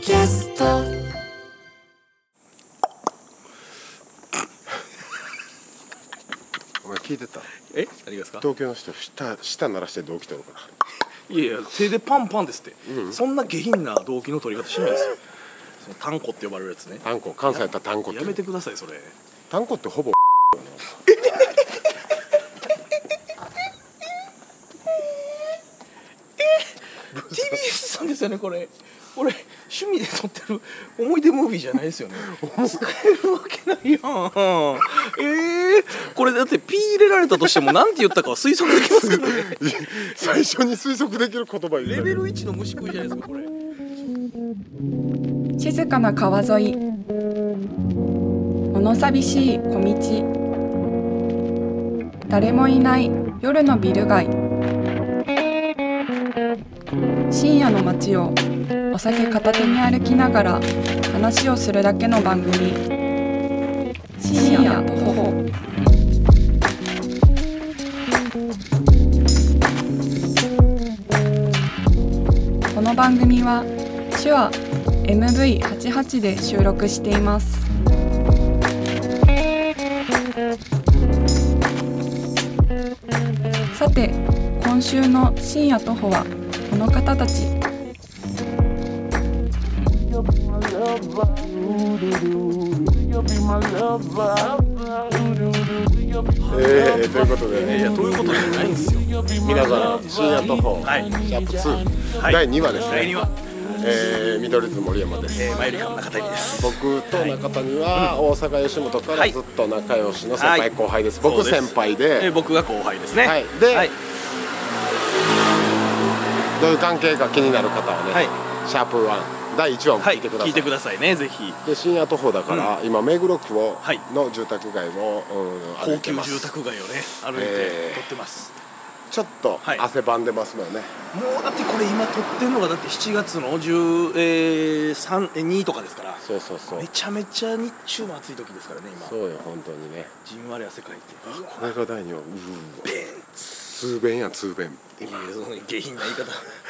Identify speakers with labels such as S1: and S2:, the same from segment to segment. S1: キャスト
S2: お前聞いてた
S3: え何がですか
S2: 東京の人舌舌鳴らしてどう起きたのかない
S3: やいや手でパンパンですって、そんな下品な動機の取り方しないですよそのタンコって呼ばれるやつね
S2: タンコ関西やったらタンコって
S3: やめてくださいそれ
S2: タンコってほぼ
S3: TBS さんですよねこれこれ趣味で撮ってる思い出ムービーじゃないですよね使えるわけないやんええこれだって P 入れられたとしてもなんて言ったかは推測できますけどね
S2: 最初に推測できる言葉言う
S3: レベル1の虫食いじゃないですかこれ
S1: 静かな川沿い物寂しい小道誰もいない夜のビル街深夜の街をお酒片手に歩きながら話をするだけの番組深夜徒歩この番組は手話 MV88 で収録していますさて今週の深夜徒歩はこの方たち
S2: えー、ということで、
S3: いやということじゃないんですよ
S2: 皆さん深夜徒歩、
S3: はい
S2: シャープ2、
S3: はい
S2: 第2話ですね
S3: 第二話
S2: えー、緑津森山です、
S3: えー、マイルカン中谷です
S2: 僕と中谷は大阪吉本か
S3: は
S2: ら
S3: い
S2: ずっと仲良しの先
S3: は
S2: 輩
S3: い
S2: 後輩です
S3: そう
S2: 僕
S3: です
S2: 先輩
S3: えー
S2: で
S3: 僕が後輩ですね
S2: はいで
S3: はい
S2: どういう関係か気になる方はね、
S3: はい
S2: シャープ1第1話を
S3: は
S2: 聞
S3: い
S2: いてくださ
S3: 聞
S2: い
S3: いてくださいねぜひ
S2: で深夜徒歩だから、今目黒区を、
S3: はい
S2: の住宅街を、うん、歩
S3: 高
S2: いて
S3: 級
S2: ます
S3: 住宅街をね歩いて
S2: えー
S3: 撮ってます、
S2: ちょっと
S3: はい
S2: 汗ばんでますもんね、
S3: もうだってこれ今撮ってるのがだって7月の10、えー、3えー2とかですから
S2: そうそうそう
S3: めちゃめちゃ日中も暑い時ですからね今
S2: そうよ本当にね
S3: じんわり汗かいて
S2: これが第2話うー通便や通便
S3: いやその下品な言い方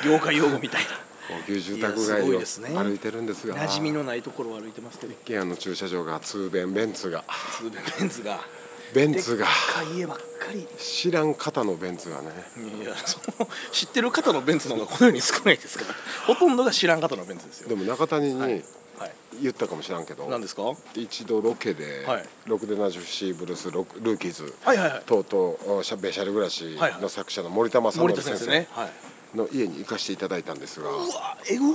S3: 業界用語みたい
S2: 高級住
S3: い
S2: 宅
S3: やす
S2: 街
S3: ごい
S2: を
S3: ですね
S2: 歩いてるんですが
S3: な馴染みのないところを歩いてますけど
S2: 一軒家の駐車場が通便ベンツが
S3: ツーベンベンツが
S2: ベンツが
S3: でっかい家ばっかり
S2: 知らん方のベンツがね
S3: いやその知ってる方のベンツの方がこのように少ないですからほとんどが知らん方のベンツですよ
S2: でも中谷に
S3: はい
S2: 言ったかもしらんけど、
S3: 何ですかは
S2: 一度ロケで
S3: はい
S2: 「ロクデナジュシーブルースロクルーキーズ」
S3: いはいはい
S2: とうとうおしゃべしゃり暮らし
S3: はいはい
S2: の作者の森田正
S3: 森
S2: 則
S3: 田先
S2: 先
S3: 生
S2: 生
S3: ねはい
S2: の家に行かせていただいたんですが、
S3: うわえぐ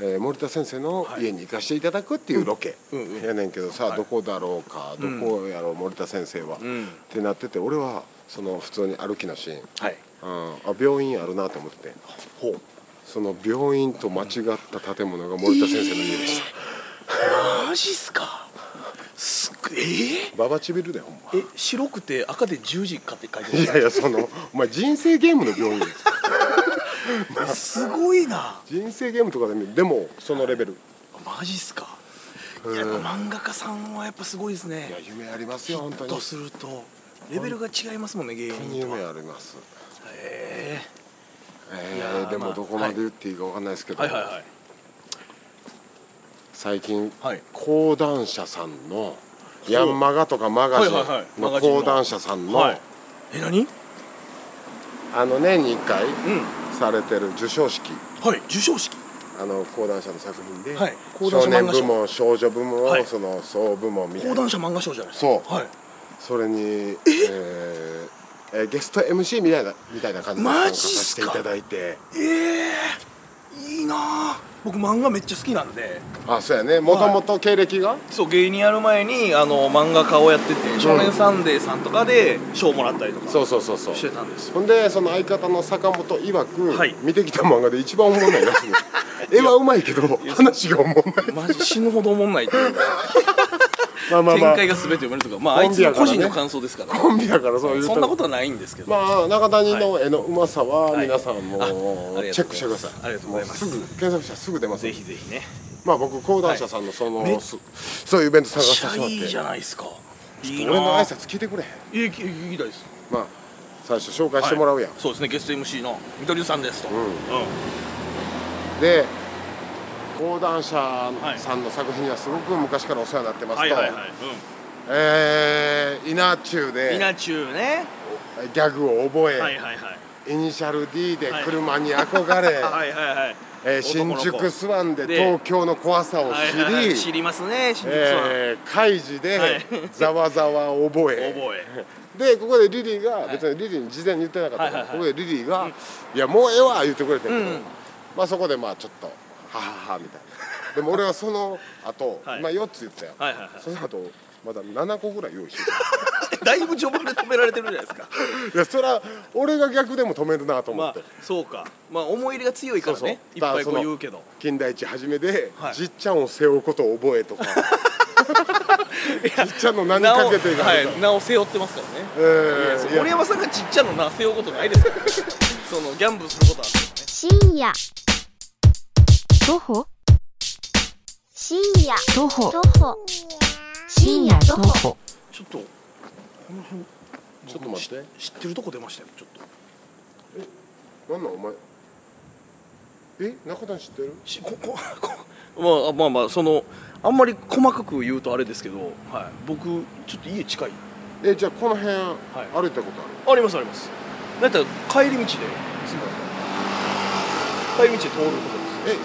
S2: えー森田先生の家に行かせていただくっていうロケ
S3: うんうんうん
S2: やねんけどさ
S3: は
S2: あ
S3: い
S2: どこだろうかどこやろう森田先生はっ
S3: ん
S2: てなってて俺はその普通に歩きのシーン
S3: はい
S2: あーあ病院あるなと思ってて
S3: ほう
S2: その病院と間違った建物が森田先生の家でし
S3: マジっすかすっごいえ
S2: たババチビルだよほんま
S3: ーえ白くて赤で十字かって書いて
S2: い
S3: ま
S2: やいやそのお前人生ゲームの病院
S3: すすごいな
S2: 人生ゲームとかで見るでもそのレベル
S3: マジっすかいややっぱ漫画家さんはやっぱすごいです
S2: いや
S3: ね
S2: 夢あります
S3: ヒ
S2: よ本当
S3: ッ
S2: に
S3: ト
S2: 本
S3: するとレベルが違いますもんね芸
S2: 当に
S3: 人と
S2: 夢
S3: は
S2: あります
S3: へい
S2: え
S3: や
S2: ー
S3: ー
S2: で
S3: ま
S2: も
S3: あ
S2: どこまで言っていいかわかんないですけ
S3: え
S2: ど
S3: はいはいはい
S2: 最近
S3: はい
S2: 講談社さんのヤンマガとかマガジン
S3: はいはいはいマ
S2: の
S3: ガジンの
S2: 講談社さん
S3: は
S2: の
S3: いえ何うん
S2: あの年に1回されてる授賞式
S3: はい授賞式
S2: あの講談社の作品で
S3: はい講談
S2: 少
S3: 社
S2: 年
S3: 漫画賞
S2: 部門少女部
S3: は
S2: 門
S3: い
S2: その総部門みた
S3: 講
S2: いな
S3: 談社漫画賞じゃないですか
S2: そう
S3: はい
S2: それにえーえーゲスト MC みたいなみたいな感じで
S3: マ
S2: 参加
S3: ジっす
S2: させ
S3: か
S2: ていただいて
S3: ええいいなあ僕漫画めっちゃ好きなんで
S2: あそうやねもともと経歴が
S3: そう芸人やる前にあの漫画家をやってて「少年サンデー」さんとかで賞もらったりとか
S2: そうそうそうそう
S3: してたんですよ
S2: ほんでその相方の坂本曰く、
S3: はい
S2: 見てきた漫画で一番おもろいらし いんです絵はうまいけど話がおもろい
S3: マジ死ぬほどおもんない っていう
S2: まあまあ
S3: 展
S2: まあ
S3: 開が全て読めるとかまああ
S2: コ
S3: い
S2: ン
S3: つ
S2: ビや
S3: の
S2: から
S3: 個
S2: ね
S3: 人の感想ですから
S2: コンビやからそういう
S3: そんなことはないんですけど
S2: まあ中谷の絵のうまさは
S3: はい
S2: 皆さんも
S3: あありがとうございます
S2: チェックしてください
S3: ありがとうございます
S2: もぐ検索したらすぐ出ます
S3: ぜひぜひね
S2: まあ僕講談社さんのその、
S3: はいめっ
S2: そそういうイベント探し
S3: してゃ
S2: しまっ
S3: いいじゃ
S2: て
S3: ないですかいい
S2: 俺
S3: なあ
S2: の挨拶聞いてくれへん
S3: いや聞き聞きたいです
S2: まあ最初紹介してもらうやん、
S3: はいそうですねゲスト MC のみどりさんですと
S2: ん
S3: うん
S2: で講談社さんの作品にはすごく昔からお世話になってますと、
S3: はいはいはい、
S2: えー、稲中
S3: うん、稲
S2: で
S3: 中ね、
S2: ギャグを覚え、
S3: はいはいはい
S2: イニシャル D で車に憧れ、
S3: はいはいはい
S2: えー新宿スワンで
S3: で
S2: 東京の怖さを
S3: はい
S2: 知
S3: はいはい
S2: り
S3: 知りますね新宿さん、
S2: えー開示で
S3: はい
S2: ざわざわ覚え、
S3: 覚
S2: でここでリリーが
S3: い
S2: 別にリリーに事前に言ってなかったから、
S3: はいはい
S2: こ
S3: は
S2: こでリリーが「いやもうええわ」言ってくれてんけど、
S3: うん
S2: まあそこでまあちょっと「ははは」みたいなでも俺はその後、
S3: はい
S2: 今4つ言ったよ、
S3: えはいはいはい
S2: その後まだ7個ぐらい用意してた
S3: だいぶ序盤で止められてるじゃないですか
S2: いやそれは俺が逆でも止めるなと思
S3: ま
S2: っ
S3: あ
S2: て、
S3: そうかまあ思い入れが強いからね
S2: そうそう
S3: いっぱいこう
S2: だからその
S3: 言うけど
S2: 金田一はじめで、
S3: はい
S2: じっちゃんを背負うことを覚えと かじっちゃんの何かけてがあるから
S3: はい、名を背負ってますからね
S2: えーいや
S3: 森山さんがちっちゃな名背負うことないですから そのギャンブルすることは
S4: 深夜
S5: 徒歩
S4: 深夜
S5: 徒歩
S4: 徒歩
S5: 深夜徒歩
S3: ちょっとこの辺
S2: ちょっと待って
S3: 知ってるとこ出ましたよちょっと
S2: なんなんお前え中谷知ってる
S3: しこここ まあまあまあそのあんまり細かく言うとあれですけど、はい、僕ちょっと家近い
S2: えじゃあこの辺
S3: い
S2: 歩いたことある、
S3: ありますありますだったら帰り道で帰り道で通るとこ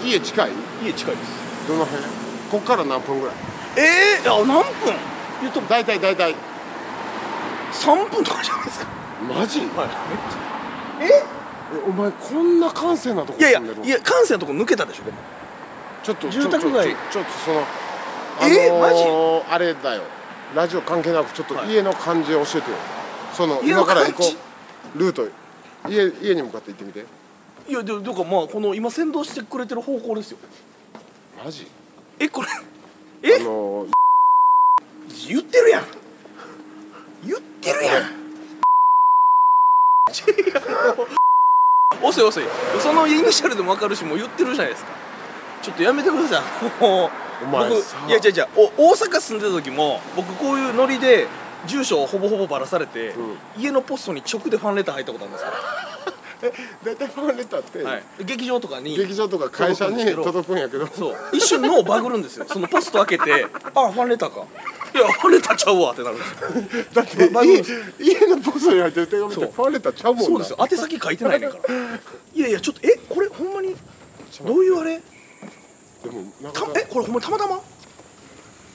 S2: え家近い
S3: です家近いです
S2: どの辺こっから何分ぐらい
S3: ええー、あ何分言うと
S2: 大体大体
S3: 3分とかじゃないですか
S2: マジ
S3: は
S2: えお前こんな閑静なとこ
S3: いや
S2: 住
S3: いや
S2: んでる
S3: いや関西のとこ抜けたでしょでも
S2: ちょっと
S3: 住宅街
S2: ちょっとちょっとちょっとその
S3: え
S2: マジあれだよラジオ関係なくちょっと
S3: はい
S2: 家の感じ教えてよ、その
S3: 家の
S2: 今から
S3: 感
S2: 行
S3: じ
S2: こうルート家家に向かって行ってみて
S3: いやでだからまあこの今先導してくれてる方向ですよ
S2: マジ
S3: えこれ
S2: あ
S3: え
S2: の
S3: 言ってるやん言ってるやん遅い遅いそのイニシャルでも分かるしもう言ってるじゃないですかちょっとやめてくだ さいもう
S2: お前
S3: 僕
S2: さ
S3: いや違う違うお大阪住んでた時も僕こういうノリで住所をほぼほぼばらされて、
S2: うん
S3: 家のポストに直でファンレター入ったことあるんですか
S2: え大体ファンレターって、
S3: ら、はい、劇場とかに
S2: 劇場とか会社に届くんやけど
S3: そう一瞬脳バグるんですよそのポスト開けて あファンレターかいやファンレターちゃうわってなるんですよ
S2: だって
S3: ままあ
S2: 家家のポストに入ってる手紙っ
S3: そう
S2: てファンレターちゃうもんな
S3: そうですよ宛先書いてないねんから いやいやちょっとえこれほんまにどういうあれ
S2: でもな
S3: た
S2: かな
S3: えこれほんまにたまたま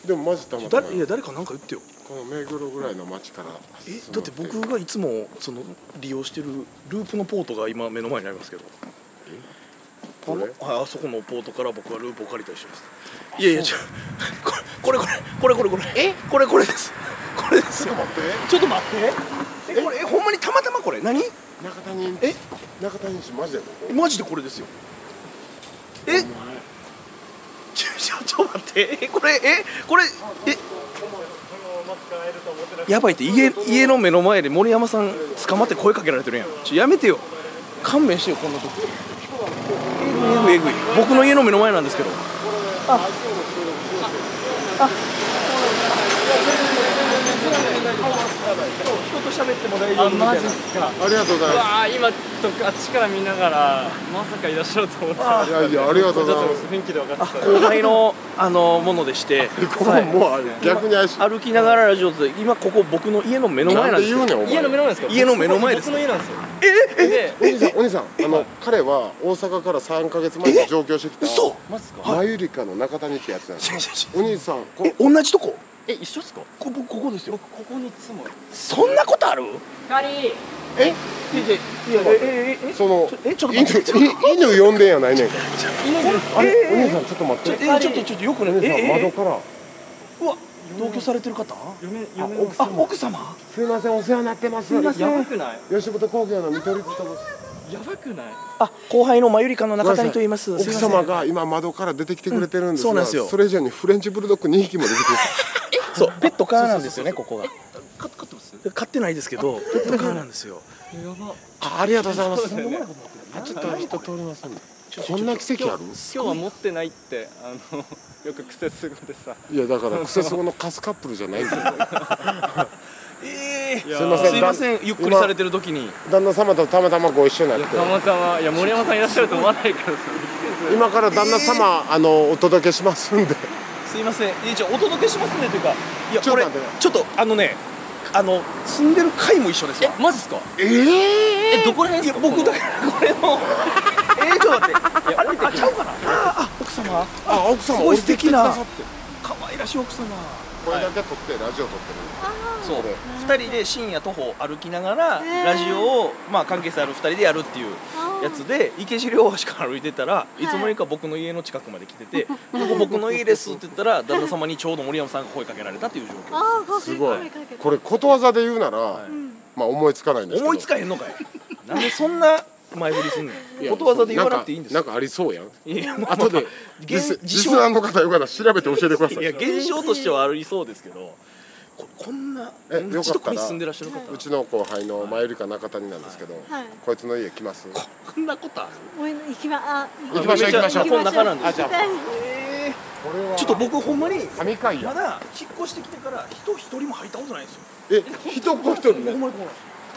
S2: でもマジたまたま
S3: 誰い
S2: よ
S3: や誰かなんか言ってよ
S2: この目黒ぐらいの町から
S3: えだって僕がいつもその利用してるループのポートが今目の前にありますけどあ
S2: こ
S3: の
S2: れ
S3: ああそこのポートから僕はループを借りたりしてますいやいやちょ これこれこれこれこれこれえこれこれですこれですよちょっと待ってえこれえほんまにたまたまこれ何
S2: 中谷んち
S3: え
S2: 中谷んちマジでここ
S3: マジでこれですよえちょちょちょ待ってえこれえこれえやばいって家家の目の前で森山さん捕まって声かけられてるやんちょやめてよ勘弁してよこんなとこえぐいえぐいえぐい僕の家の目の前なんですけど人と喋っても大丈夫みたいな
S2: ありがとうございま
S6: わあ今とかあっちから見ながらまさかいらっしゃると思ってち
S2: すいやいやありがとう
S6: ょっ
S2: ご
S6: と
S2: ざいます
S6: 雰囲気で分かってた
S3: 後輩のあのものでして
S2: ここもうあれ逆に怪しい
S3: 歩きながらラジオで今ここ僕の家の目の
S2: な
S3: 前なんん
S2: で言
S3: です
S2: うねんお前
S6: 家の目の前ですか
S3: 家の目の前です
S6: 僕の家なんですよえ
S2: お兄さんお兄さんあの彼は大阪から3ヶ月前に上京してきた
S3: 嘘
S6: マジっすか
S2: マユリカの中谷ってやつなんです
S3: 違う違う違
S2: お兄さんこ
S3: うえ同じとこ
S6: え一緒っすか
S3: こ僕ここですよ
S6: 僕ここに住む
S3: そんなことある
S2: え
S3: いやいやいやえええ
S2: その
S3: えちょっと
S2: 犬
S3: 待って
S2: い犬呼んでんやないねんからあれ
S3: え
S2: お兄さんちょっと待
S3: ちょ
S2: って
S3: えちょっとちょっとよく
S2: お
S3: ね
S2: 兄さん
S3: え
S2: 窓
S3: え
S2: から
S3: うわ同居されてる方
S6: 嫁嫁
S2: あ
S6: の
S2: 奥
S3: あ
S2: 様
S3: 奥様
S2: すいませんお世話になってます
S6: やばくない
S2: 吉本興業の見取り図と申します
S6: やばくない
S3: あ後輩のマユリカの中谷と言います
S2: 奥
S3: すいません
S2: 様が今窓から出てきてくれてるんですが、
S3: うんそうなんですよ
S2: れ以上にフレンチブルドッグ2匹も出てきて
S3: そうペットカーなんですよねここが
S6: カットカットますや
S3: 飼ってないですけどペットカーなんですよ
S6: ば
S2: あありがとうございます
S6: とんでもないこ
S2: あちょっと人通りますんでこんな奇跡ある
S6: 今日は持ってないってあのよくクセスゴでさ
S2: いやだからクセスゴのカスカップルじゃないんだよ
S3: ええ
S6: いや
S2: すいません
S3: すいませんゆっくりされてる時に
S2: 旦那様とたまたまご一緒になって
S6: たまたまいや森山さんいらっしゃると思わないからさです
S2: 今から旦那様、あのお届けしますんで
S3: すいませんいやちょお届けしますねというかいや
S2: ちょっと
S3: これ
S2: 待って
S3: ちょっとあのねあの住んでる階も一緒ですわ
S6: マジっすか
S2: ええ
S6: えどこら辺
S3: いや
S6: っすか
S3: 僕だから これのえー、ちょっと待っていやあれあちゃうかなあーあ奥様
S2: あ奥様
S3: すごい素敵な
S2: 降りてきてくださって
S3: 可愛らしい奥様
S2: これだけ撮って、ラジオ撮って
S3: そう2人で深夜徒歩歩きながらラジオを、まあ、関係性ある2人でやるっていうやつで池尻大橋から歩いてたらいつの間にか僕の家の近くまで来て て「ここ僕の家です」って言ったら旦那様にちょうど森山さんが声かけられたっていう状況
S2: るすごいこれことわざで言うなら、まあ思いつかないんですけど
S3: 思いつかへんのかいなんでそんな前振りすん
S2: い
S3: の
S2: や
S3: ことわざで言わなくていいんです
S2: なん
S3: か
S2: かなんかありそうやん
S3: いやまあまあ
S2: 後でリス
S3: 現
S2: リ
S3: 事
S2: ス
S3: 象
S2: ナーの方よかったら調べて教えてください
S3: いや現象としてはありそうですけどここんな
S2: えよかったら
S3: 同じとこに住んでらっしゃる方
S2: うちの後輩の前よりか中谷なんですけど、こいつの家来ます
S3: こんなことある
S7: 応援行きまあ
S2: 行きましょう行きましょう
S3: こんな中なんですよ
S2: あじゃ
S3: え
S2: これは
S3: ーちょっと僕ほんまに
S2: 神回
S3: ま
S2: や
S3: だ引っ越してきてから人一人も入ったことないんですよ
S2: え一言
S3: ほん
S2: ね
S3: まに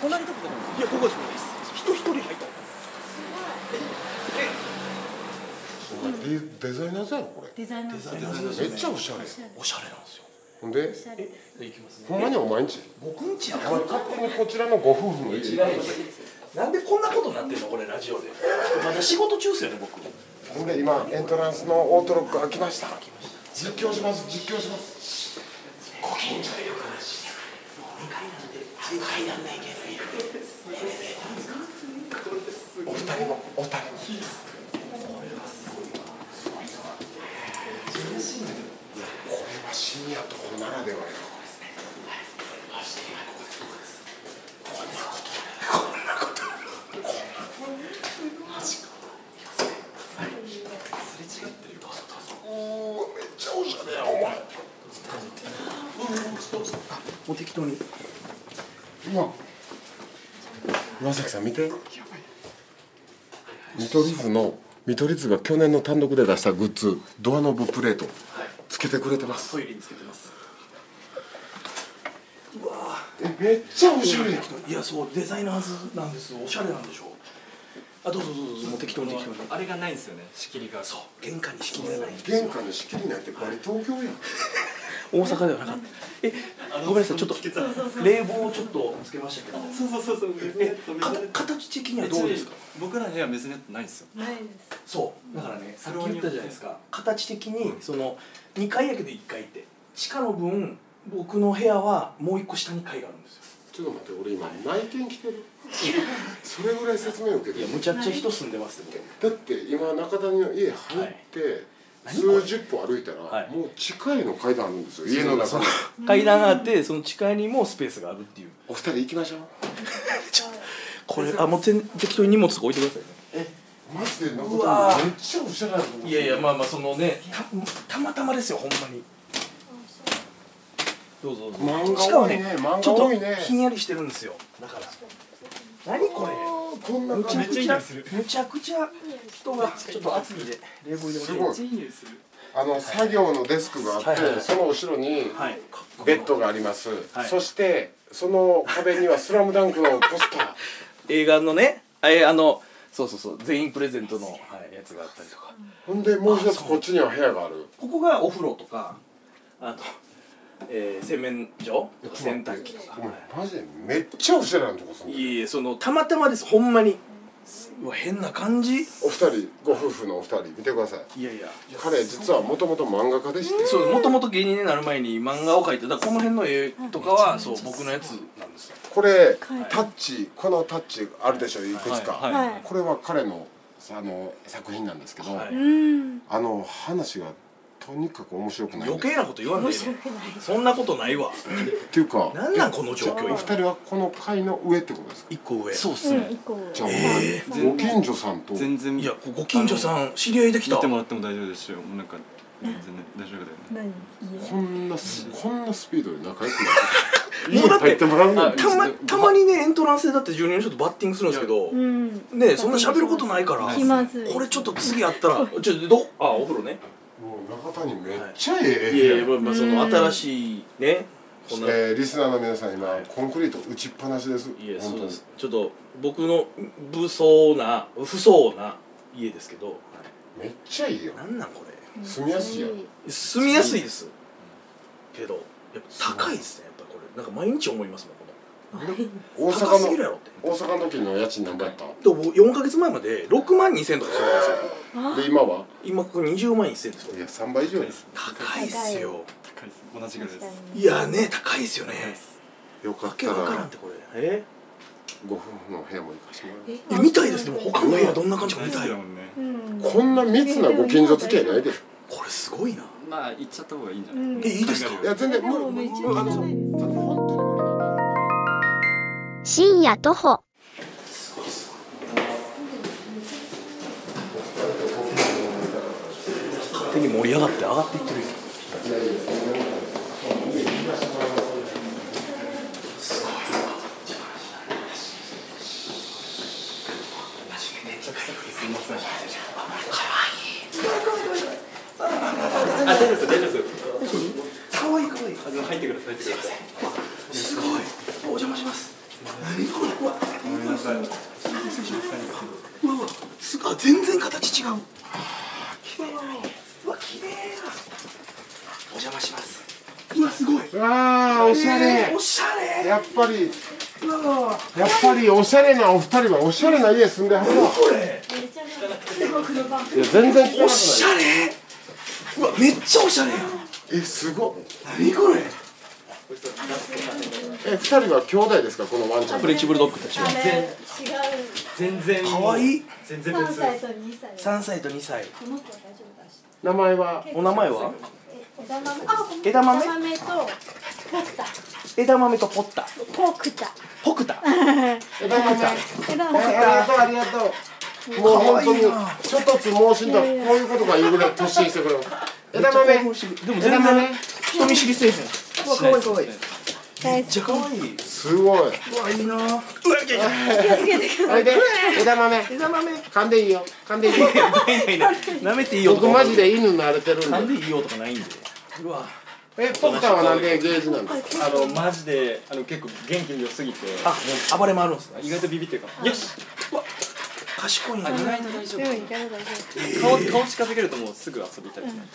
S3: こうなんです隣とかいやここですここです人一人入ったこと
S2: デデザイナーさんやろこ
S7: デザイナーさ
S2: れ
S7: ん
S2: めっちゃおしゃれ
S3: ないおしゃれなんですよ
S2: ほんで
S3: いきますね
S2: ほんまにお前んち
S3: 僕んちや
S2: お前勝手にこちらのご夫婦の家
S3: なんでこんなことになってんのこれラジオでまだ仕事中っすよね僕
S2: ほんで今エントランスのオートロック開きました実況します実況しますご近所よく話して階段で階段で行けるお二人もお二人もこれは深夜とならではよ
S3: もう適当に
S2: うわ岩崎さん見て見取り図の見取り図が去年の単独で出したグッズドアノブプレートつけてくれてます
S3: トイレにつけてます
S2: えめっちゃおしゃれやん
S3: いやそうデザイナーズなんですおしゃれなんでしょうあどうぞどうぞどうぞもう適当に適当に
S6: あれがないんですよね仕切りがそう
S3: 玄関に仕切れない
S2: 玄関の仕切りなんてバリ東京やん
S3: 大阪ではなかったえごめんなさいちょっと冷房をちょっとつけましたけど
S6: そうそうそうそうえ
S3: か形的にはどうですか
S6: 僕らの部屋メスネットないんですよ
S7: ないです
S3: そうだからねさっき言ったじゃないですか形的にその2階やけど1階って地下の分僕の部屋はもう一個下に階があるんですよ
S2: ちょっと待って俺今内見来てるそれぐらい説明を受け
S3: い
S2: て
S3: や
S2: る
S3: むちゃくちゃ人住んでますって
S2: だって今中谷の家入って、
S3: 何これ
S2: 数十歩歩いたら、
S3: はい
S2: もう地下への階段あるんですよ家の中に
S3: 僕階段があってその地下にもスペースがあるっていう
S2: お二人行きましょう
S3: これあもう全適当に荷物とか置いてくださいね
S2: えマジで中
S3: うわ
S2: 谷めっちゃおしゃれだと思う
S3: いやいやまあまあそのねたたまたまですよほんまにどうぞどうぞ
S2: 漫画
S3: しかも
S2: 多いね漫画
S3: ちょっ
S2: 多
S3: と
S2: いね
S3: ひんやりしてるんですよだから何こ
S2: あ
S3: れ
S2: ーこんな
S3: むちゃ
S2: 感
S3: く
S2: じ
S3: ちゃむちゃくちゃ人がちょっと厚着で冷房入れます
S2: ごい
S6: いい匂いする
S2: あの作業のデスクがあって、
S3: はいはい
S2: その後ろに
S3: はい
S2: ベッドがあります、
S3: はい
S2: そしてその壁には「スラムダンクのポ スター
S3: 映画のねあえあのそうそうそう全員プレゼントの、はい、やつがあったりとか
S2: ほんでもう一つこっちには部屋がある
S3: ここがお風呂とかあと、えー洗面所とか洗濯機とか、
S2: ごめん
S3: はい
S2: マジでめっちゃおしゃれなとこ住んでる
S3: いえいえそのたまたまですほんまにうわ変な感じ
S2: お二人ご夫婦のお二人見てください
S3: いやいや
S2: 彼実はもともと漫画家でして
S3: そうもともと芸人になる前に漫画を描いてただからこの辺の絵とかはそう僕のやつなんですよ
S2: これタッチこのタッチあるでしょいくつか、
S6: はい
S7: はい
S2: これは彼のさあの作品なんですけど、
S3: はいう
S7: ーん
S2: あの話がとにかく面白くないん
S3: 余
S2: です
S3: 計なこと言わんでええねんそんなことないわ
S2: っていうか
S3: なんなんこの状
S2: じゃあお
S3: 況
S2: 二人はこの階の上ってことですか
S3: 一個上
S6: そうっす
S7: うん
S6: ね
S7: 一個
S2: じゃあ、
S3: え
S2: お前ご近所さんと
S6: 全然
S3: いやご近所さん知り合いでき
S6: 来
S3: た
S6: てもらっても大丈夫ですよもうなんか全然大丈夫だよね
S7: 何家
S2: こんなすこんなスピードで仲良くなる
S3: もうだっ
S2: 家に入っ
S3: て
S2: てもらうの
S6: あ
S3: たまたまにねエントランスでだって住人の人とバッティングするんですけど
S7: うん
S3: ねそんな喋ることないから
S7: 気まずい
S3: これちょっと次あったらちょっとどあお風呂ね
S2: もう中谷めっちゃえ
S3: い
S2: え
S3: や
S2: や
S3: いや
S2: ん
S3: まあまあその新しいねこんな
S2: えーリスナーの皆さん今コンクリート打ちっぱなしです
S3: いや
S2: 本当
S3: そう
S2: に
S3: ですちょっと僕の武装な不相な家ですけど
S2: めっちゃいよ
S3: なんなんこれ
S2: 住みやすいよ
S3: 住みやすいですけどやっぱ高いですねやっぱこれなんか毎日思いますもんこ
S2: 大
S3: の高すぎ
S2: 阪
S3: る
S2: の
S3: やろって
S2: 大阪の時の家賃何倍やった
S3: でも4か月前まで6万2000とかするんですよ
S2: で今は
S3: 今ここ20万1000ですよ
S2: いや3倍以上です
S3: 高いっすよ
S6: 高いです同じぐらいです
S3: いやね高いっすよね
S2: よか
S3: わ
S2: っ
S3: け
S2: た
S3: わからん
S2: ら
S3: ってこれえ
S2: ご夫婦の部屋も行かしてもら
S3: え見たいですでも他の部屋どんな感じか見たい
S6: だ
S3: こ
S6: もんね
S2: うこんな密なご近所付き合いないで
S3: れすごいな
S6: まあ行っちゃった方がいいんじゃない
S3: えいいですか
S2: いや全然もうもうあの本当に無理なんだ
S4: 深夜徒歩。
S3: 勝手に盛り上がって上がっていってるよ
S6: あ大丈夫です大丈夫です
S3: かわいいかわいい
S6: あの入ってくださいすいません
S3: すごいお邪魔します何これうわごめんなさい失礼しますうわうわすあ全然形違ううわうわ綺麗なお邪魔しますうわすごい
S2: わあおしゃ
S3: えー
S2: れ
S3: おしゃれ
S2: やっぱり
S3: うわ
S2: やっぱりおしゃれなお二人はおしゃれな家住んではるわ
S3: これ
S2: いや全然
S3: おしゃれうわめっちゃおしゃれやん
S2: えすごっ
S3: 何これ
S2: え二人は兄弟ですかこのワンちゃん
S3: フレキシブルドッグたち
S7: あれ違う
S6: 全然
S3: かわいい
S6: 全然
S7: 3歳と2歳こ
S3: 3歳と2歳
S7: の子は大丈夫だし
S2: 名前は
S3: お名前は
S7: え枝豆あ
S3: 枝豆
S7: 枝豆とポクタ
S3: 枝豆とポッタ
S7: ポクタ
S3: ポクタ
S2: えどうもちゃん
S7: 枝
S2: あ
S7: 豆
S2: りがとうありがとうもう本当にちょっとつもうしんだこういうことが言うぐらい突進してくる枝豆
S3: でも全
S2: 枝
S3: 然
S2: 豆
S3: 人見知りせえへん
S6: かわいいかわいい
S7: 大
S3: めっちゃ可愛い。
S2: すごいう
S3: わいいな。うわいやいや
S2: あれで枝豆
S3: 枝豆。
S2: 噛んでいいよ噛 んでいいよ
S3: ないないない。舐めていいよと
S2: 僕
S3: か。
S2: マジで犬慣れてるん
S3: なん
S2: で
S3: でいいよとかないんで。うわ。
S2: えポッターはなんでゲージなんですか
S6: あのマジであの結構元気良すぎて
S3: あ、暴れ回るんですね。
S6: 意外とビビってるからよし
S3: 賢いな。
S6: 意外と大丈
S7: でも意外と大丈
S6: 夫顔顔近づけるともうすぐ遊びたいですね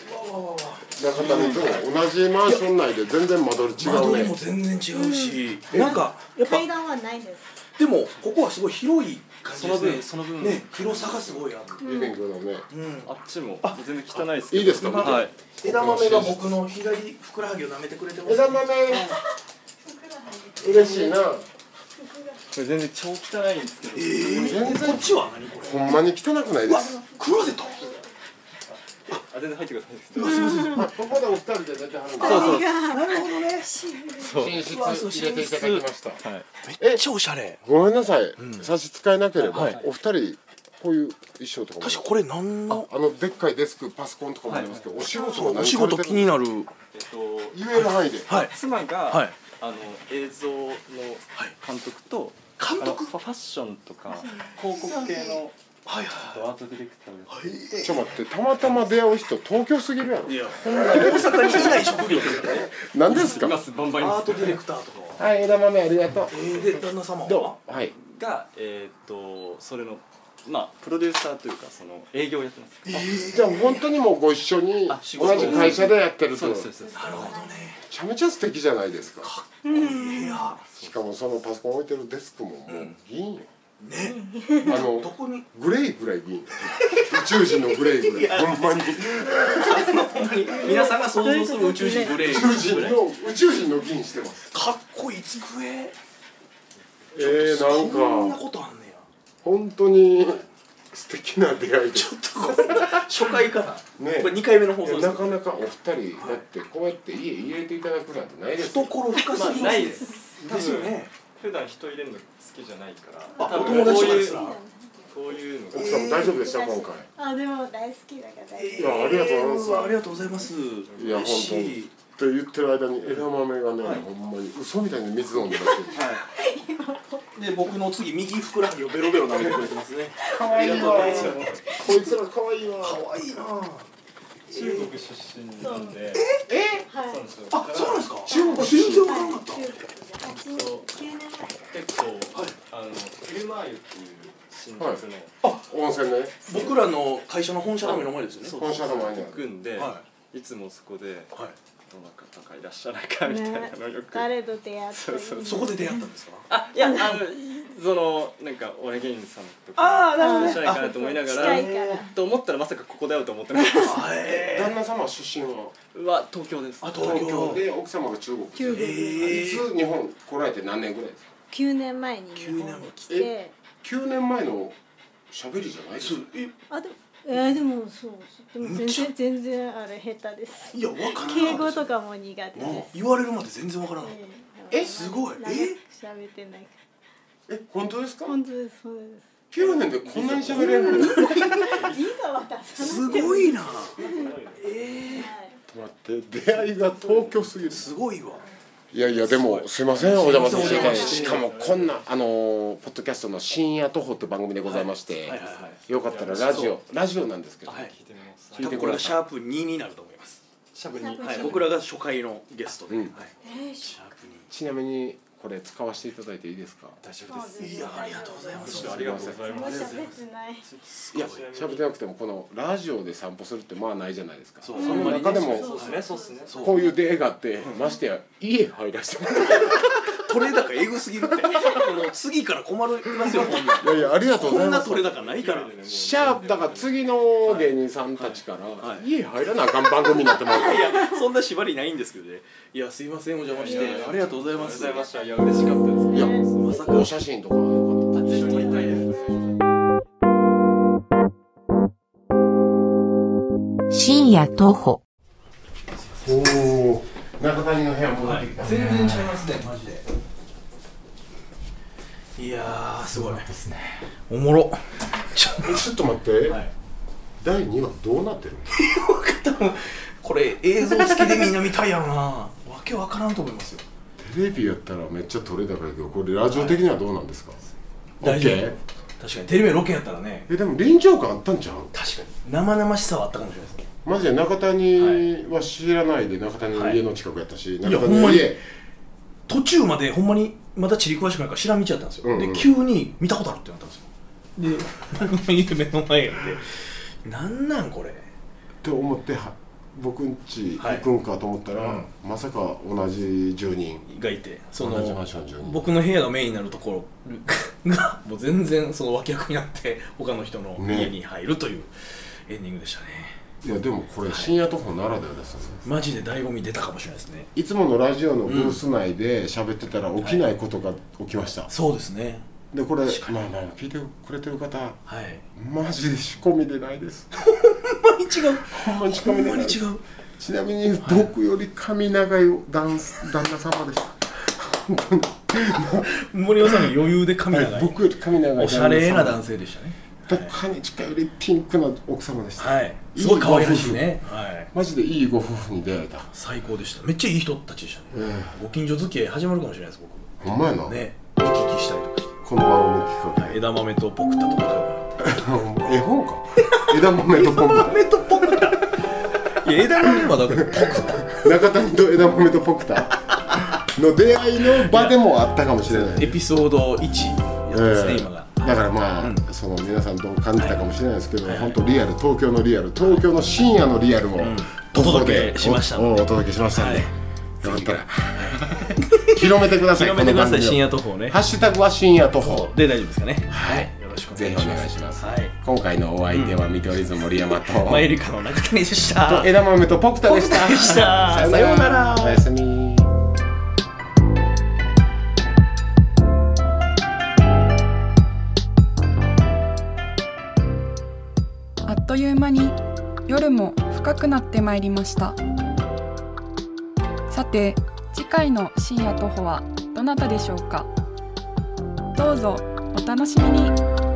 S2: 中谷と同じマンション内で全然間取り違
S3: 窓
S2: うね
S3: にも全然違うし。なんかや
S7: 夫
S3: っぱ
S7: 階段はないです
S3: でもここはすごい広い感
S6: そ
S3: じ
S6: の
S3: で
S6: 分
S3: す
S6: その分
S3: ね。ね、広さがすごいある。
S2: リビングのね
S3: うん。
S6: あっちも全然汚いですけど
S2: いいですか
S6: はい
S3: 枝豆が僕の左ふくらはぎを舐めてくれてます。
S2: 枝豆嬉しいな
S6: これ全然超汚いんですけど
S3: えー、こっちは何これ。
S2: ほんまに汚くないで
S3: うわ
S2: す、
S3: クローゼット。
S6: あ全然入ってください
S2: あここでお二人で寝てはるんだ
S6: そうそう
S3: なるほどね。
S2: 寝室入れていただきました
S6: はい
S3: めっちゃおしゃれ。
S2: ごめんなさい、差し支えなければ、
S3: はい
S2: お二人こういう衣装とかも
S3: 確かこれ何の。
S2: あのでっかいデスクパソコンとかもありますけど、お仕事は
S3: お
S2: 何
S3: 仕
S2: されて
S3: 事
S2: る
S3: 気になる。
S6: えっと
S2: 言える範囲で
S3: はい。
S6: 妻が、
S3: はい
S6: あの映像の監督と、
S3: 監
S6: あのフ
S3: 督。
S6: ァファッションとか広告系の
S3: はいはい。
S6: アートディレクターをやっていて
S2: ちょっと待ってたまたま出会う人東京すぎるやろ
S3: いや、大阪にいない職業ですよね。
S2: 何ですか
S6: いますバンバンい
S3: ア
S6: ま
S3: ートディレクターとかは。
S2: はい枝豆ありがとう
S3: えー、で、旦那様は。
S2: どうはい
S6: すがえっとそれのまあプロデューサーというかその営業をやってます
S2: じゃあ本当にもうご一緒に
S6: あ仕事
S2: 同じ会社でやってると
S6: そうです
S2: め
S6: そうです
S3: なるほどね。
S2: ちゃめちゃ素敵じゃないですか
S3: いや、
S2: しかもそのパソコン置いてるデスクももう銀よ、
S3: ね、
S2: あの
S3: どこに。
S2: グレーぐらい銀宇宙人のグレーぐらいほんまに
S3: 皆さんが想像する宇宙人グレ
S2: 宇宙人の宇宙人の銀してます
S3: かっこいい机。
S2: えー、なん
S3: そんな
S2: か
S3: ことあんねや。
S2: 本当に素敵な出会いで
S3: ちょっとこれ、 初回かな。
S2: ね
S3: これ二回目の放
S2: いや
S3: 送で
S2: な
S3: す
S2: か。なかお二人だってこうやって家入れていただくなんてないですよ
S3: 懐深
S6: ますあ
S3: ぎま
S6: な
S3: す
S6: い
S3: ね。
S6: です
S3: ですよね。
S6: 普段人入れるの好きじゃないから
S3: あ、
S6: 多
S3: お
S6: 分
S3: 友
S6: こう
S3: 達とかで
S6: い
S3: す
S6: う
S3: ら。
S6: こういうのが
S2: 奥さんも大丈夫でした今回
S7: あでも大好きだから大
S2: い
S7: 丈
S2: やありがとうございます
S3: わありがとうございます。
S2: いや
S3: 嬉しい。
S2: と言ってる間に枝豆がね、ほんまに嘘みたいに水飲んでます
S3: で、僕の次、右ふくらはぎをベロベロ舐めてくれてますね。
S2: 可愛いわこいつら可愛いわ
S3: 可愛いな。
S6: 中国出身なんで
S7: 夫はい
S3: あ、そうなんですか。
S2: 中国
S3: 全然わからんかった。
S7: 8年9年前
S6: 結構、あのテルマーユっていう新宿の
S2: 温泉ね
S3: 僕らの会社の本社の目の前ですよね
S6: そう
S2: 本社の前に
S6: 行くんで、、
S3: はい
S6: つもそこで
S3: は
S6: どな方かいらっしゃらないかみたいなのよく、
S7: 誰と出会った
S6: そうそう
S3: いそこで出会ったんですか
S6: あいやあのそのなんか俺芸人さんと
S3: あ
S6: か
S3: あなるほどね
S6: 面白いかなと思いなが
S7: 近い
S6: ら
S7: から
S6: と思ったらまさかここだよと思ってなかったです
S3: あえ
S2: 旦那様出身は
S6: は東京です
S3: あ東京
S2: 東京で奥様が中国い
S7: 九年
S2: つ日本来られて何年ぐらいですか
S7: 九年前に日本に来て
S2: 9年前の喋りじゃないです
S3: そ
S2: か
S3: うえ
S7: あでもえー、でもそうでも全
S3: むちゃ
S7: 然全然あれ下手です
S3: いや分からなかったです
S7: 敬語とかも苦手です、
S3: 言われるまで全然分からなかっ
S7: え
S3: すごい
S7: 長く喋ってないか
S2: え本当ですから
S7: 本当です本当です
S2: 9年でこんなに喋れるのちょった
S3: すごいな
S2: と待って出会いが東京すぎる
S3: すごいわ
S2: いやいやでもすいませんお邪魔させていただいて
S3: す
S2: し
S3: いま
S2: か
S3: せん
S2: もこんなあのーポッドキャストの「深夜徒歩」って番組でございまして、
S3: はいはいはい
S2: よかったらラジオラジオなんですけど、
S3: はい
S6: 聞いてみます
S2: 聞い
S3: 多
S2: て
S3: 分
S2: く
S3: こ
S2: ださい
S3: れがシャープ2になると思います
S6: シャブに
S7: シャブ
S3: はい僕らが初回のゲストで
S2: うん
S3: はい
S7: えー
S3: シャープ2
S2: ちなみにこれ使わせていただいていいですか
S6: 大丈夫です
S3: いやありがとうございます
S6: ちょっとありがとうござい
S7: も
S6: ま
S7: う
S6: す
S7: 喋ってな
S2: い
S7: い
S2: や喋ってなくてもこのラジオで散歩するってまあないじゃないですか
S3: そ
S2: そうの中でも
S6: そうですねそうですね
S3: そう
S2: こういう出会いがあってましてや家入らせてもらっ
S3: 取れ高エグすぎるってもう次から困り ますよこんなん
S2: ていやいやありがとうご
S3: こ
S2: ざい
S3: ん
S2: ま
S3: な
S2: す
S3: 取れ高ないから
S2: シャープだから次の芸人さんたちか
S3: はい
S2: ら
S3: はい
S2: 家入らなあかん番組になってもらって
S3: いやそんな縛りないんですけどねいやすいませんお邪魔して
S6: いやいや
S3: ありがとうございます
S6: ありがとうございましたいや嬉しかったです
S2: いや
S3: まさか
S2: お写真とかよかった
S6: 一緒にいたいです
S5: 深夜徒歩。
S2: おお中谷の部屋戻ってきた、
S3: 全然ちゃいますねマジでいやーすごいですねおもろちょっ
S2: ちょっと待って、
S3: はい
S2: 第2話どうなってる
S3: と多分これ映像付きでみんな見たいやろなわけわからんと思いますよ
S2: テレビやったらめっちゃ撮れ高いけどこれラジオ的にはどうなんですか、
S3: 大丈夫
S2: OK
S3: 確かにテレビのロケやったらね
S2: えでも臨場感あったんちゃう
S3: 確かに生々しさはあったかもしれないですね
S2: マジで中谷は知らないで中谷の家の近くやったし、
S3: はい
S2: 中谷
S3: いやほんま
S2: の
S3: に
S2: 家
S3: 途中までほんまにまた地理詳しくないから知らん道やったんですよ、
S2: うんうん
S3: で急に見たことあるってなったんですよ で家目の前やでなんなんこれ
S2: と思っては僕ん家行くんかと思ったら、
S3: はい
S2: まさか同じ住人
S3: がいてそ
S2: 同じマ
S3: の
S2: ンション住人
S3: 僕の部屋がメインになるところが もう全然その脇役になって他の人の
S2: ね
S3: 家に入るというエンディングでしたね
S2: いやでもこれ深夜徒歩ならではですよね、
S3: マジで醍醐味出たかもしれないですね
S2: い、つものラジオのブース内で喋ってたら起きないことが起きました、
S3: そうですね
S2: でこれ
S3: 確かに
S2: まあまあ聞いてくれてる方
S3: はい
S2: マジで仕込みでないです
S3: ほんまに違う
S2: ほんまに仕
S3: ほ
S2: 込み
S3: ん
S2: で
S3: ま
S2: な
S3: に
S2: い
S3: 違う
S2: ちなみに僕より髪長い旦旦那様でした
S3: 森尾さんの余裕で髪長い、
S2: 僕より髪長い旦那様
S3: おしゃれな男性でしたね
S2: 僕に近いよりピンクな奥様でした、
S3: はいすごい可愛らしいねはい
S2: マジでいいご夫婦に出会えた、
S3: 最高でしためっちゃいい人たちでしたね、
S2: え
S3: ご近所付き合い始まるかもしれないです僕
S2: えほんまやな、
S3: ね行き来したりとかして
S2: この番組企
S3: 枝豆とポクタとか
S2: 画、絵本か枝豆とポン
S3: 豆とポクタいや枝豆はだからポク
S2: プ中谷と枝豆とポクタの出会いの場でもあったかもしれない
S3: タエピソード1やったんですね、
S2: ええ
S3: 今が
S2: だからまあ、
S3: うん
S2: その皆さんどう感じたかもしれないですけど、
S3: い
S2: 本当リアル東京のリアル東京の深夜のリアルを、
S3: お
S2: ここで
S3: 届けしました
S2: お
S3: の
S2: お
S3: で
S2: 届けしましたんで、
S3: はい
S2: よかった ら広めてください
S3: 広めてくださ
S2: この番
S3: い
S2: 組を
S3: 深夜徒歩ね
S2: ハッシュタグは深夜徒歩
S3: で大丈夫ですかね
S2: は
S3: はいいよろしくお願
S2: ぜ
S3: い
S2: ひ
S3: し
S2: お
S3: ます
S2: 願いします、
S3: はい
S2: 今回のお相手は見取り図森山と、
S3: マユリカの中谷でした
S2: 枝豆とポクタでした
S3: ポクタでした
S2: さようなら
S3: さようなら
S2: おやすみ
S1: あっという間に夜も深くなってまいりましたさて次回の「深夜徒歩」はどなたでしょうかどうぞお楽しみに